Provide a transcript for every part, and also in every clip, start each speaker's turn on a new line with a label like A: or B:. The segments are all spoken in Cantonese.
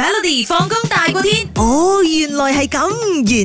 A: Melody 放工大過天，
B: 哦，原來係咁，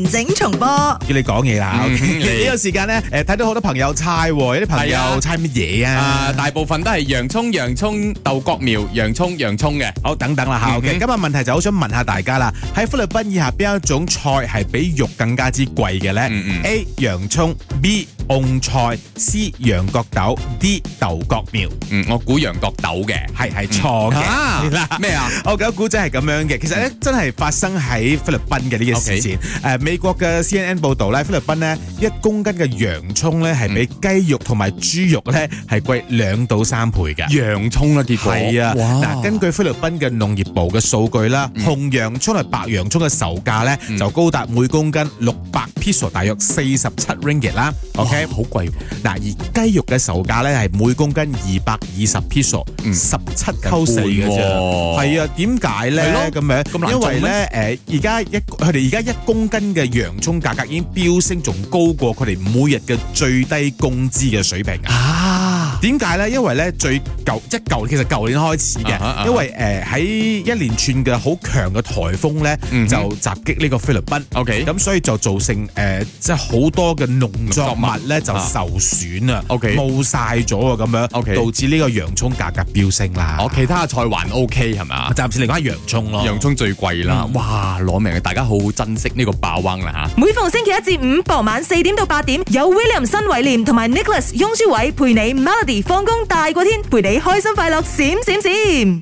B: 完整重播。
C: 叫你講嘢啦。
D: 嗯
C: OK？
D: 嚟
C: 呢個時間咧，誒睇到好多朋友猜喎，有啲朋
D: 係啊
C: 友猜乜嘢
D: 啊，
C: 啊？
D: 大部分都係洋葱、洋葱、豆角苗、洋葱、洋葱嘅。
C: 好，等等啦嚇。
D: 嗯
C: OK，
D: 嗯
C: 今日問題就好想問下大家啦，喺菲律賓以下邊一種菜係比肉更加之貴嘅咧
D: 嗯嗯
C: ？A. 洋葱，B. 蕹菜，C. 羊角豆，D. 豆角苗。
D: 嗯，我估羊角豆嘅。
C: 係係錯嘅。
D: 啊
C: 係啦
D: 咩啊？
C: 我嘅古仔係咁樣嘅，其實咧真係發生喺菲律賓嘅呢件事件。誒美國嘅 CNN 報導咧，菲律賓呢一公斤嘅洋葱咧係比雞肉同埋豬肉咧係貴兩到三倍嘅。
D: 洋葱啦，結
C: 係啊，嗱，
D: 哇
C: 根據菲律賓嘅農業部嘅數據啦，紅洋葱同白洋葱嘅售價咧就高達每公斤六百 peso，大約四十七 ringgit 啦。OK，
D: 好貴喎。
C: 嗱，而雞肉嘅售價咧係每公斤二百二十 peso，
D: 嗯
C: 十七溝四嘅啫。
D: 咁半喎
C: 係啊，點解咧
D: 係
C: 咁樣？
D: 咁難
C: 因為
D: 做
C: 咧誒，而家一佢哋而家一公斤嘅洋葱價格已經飆升，仲高過佢哋每日嘅最低工資嘅水平啊！
D: 啊，
C: 點解咧？因為咧最舊即係舊，其實舊年開始嘅
D: 啊哈啊哈
C: 因為誒喺一連串嘅好強嘅颱風咧，
D: 嗯哼
C: 就襲擊呢個菲律賓。
D: OK
C: 咁所以就造成誒、呃即係好多嘅農作物咧就
D: 啊
C: 受損啊
D: OK
C: 冇晒咗啊咁樣
D: OK
C: 導致呢個洋葱價格飆升啦。
D: 我哦其他嘅菜還 OK 係咪啊？
C: 暫時嚟講係洋葱咯，
D: 洋葱最貴啦，
C: 嗯
D: 哇！攞命啊！大家好好珍惜呢個霸王啦嚇。
B: 每逢星期一至五傍晚四點到八點，有 William 新偉廉同埋 Nicholas 雍舒偉陪你 Melody 放工大過天，陪你開心快樂閃閃閃。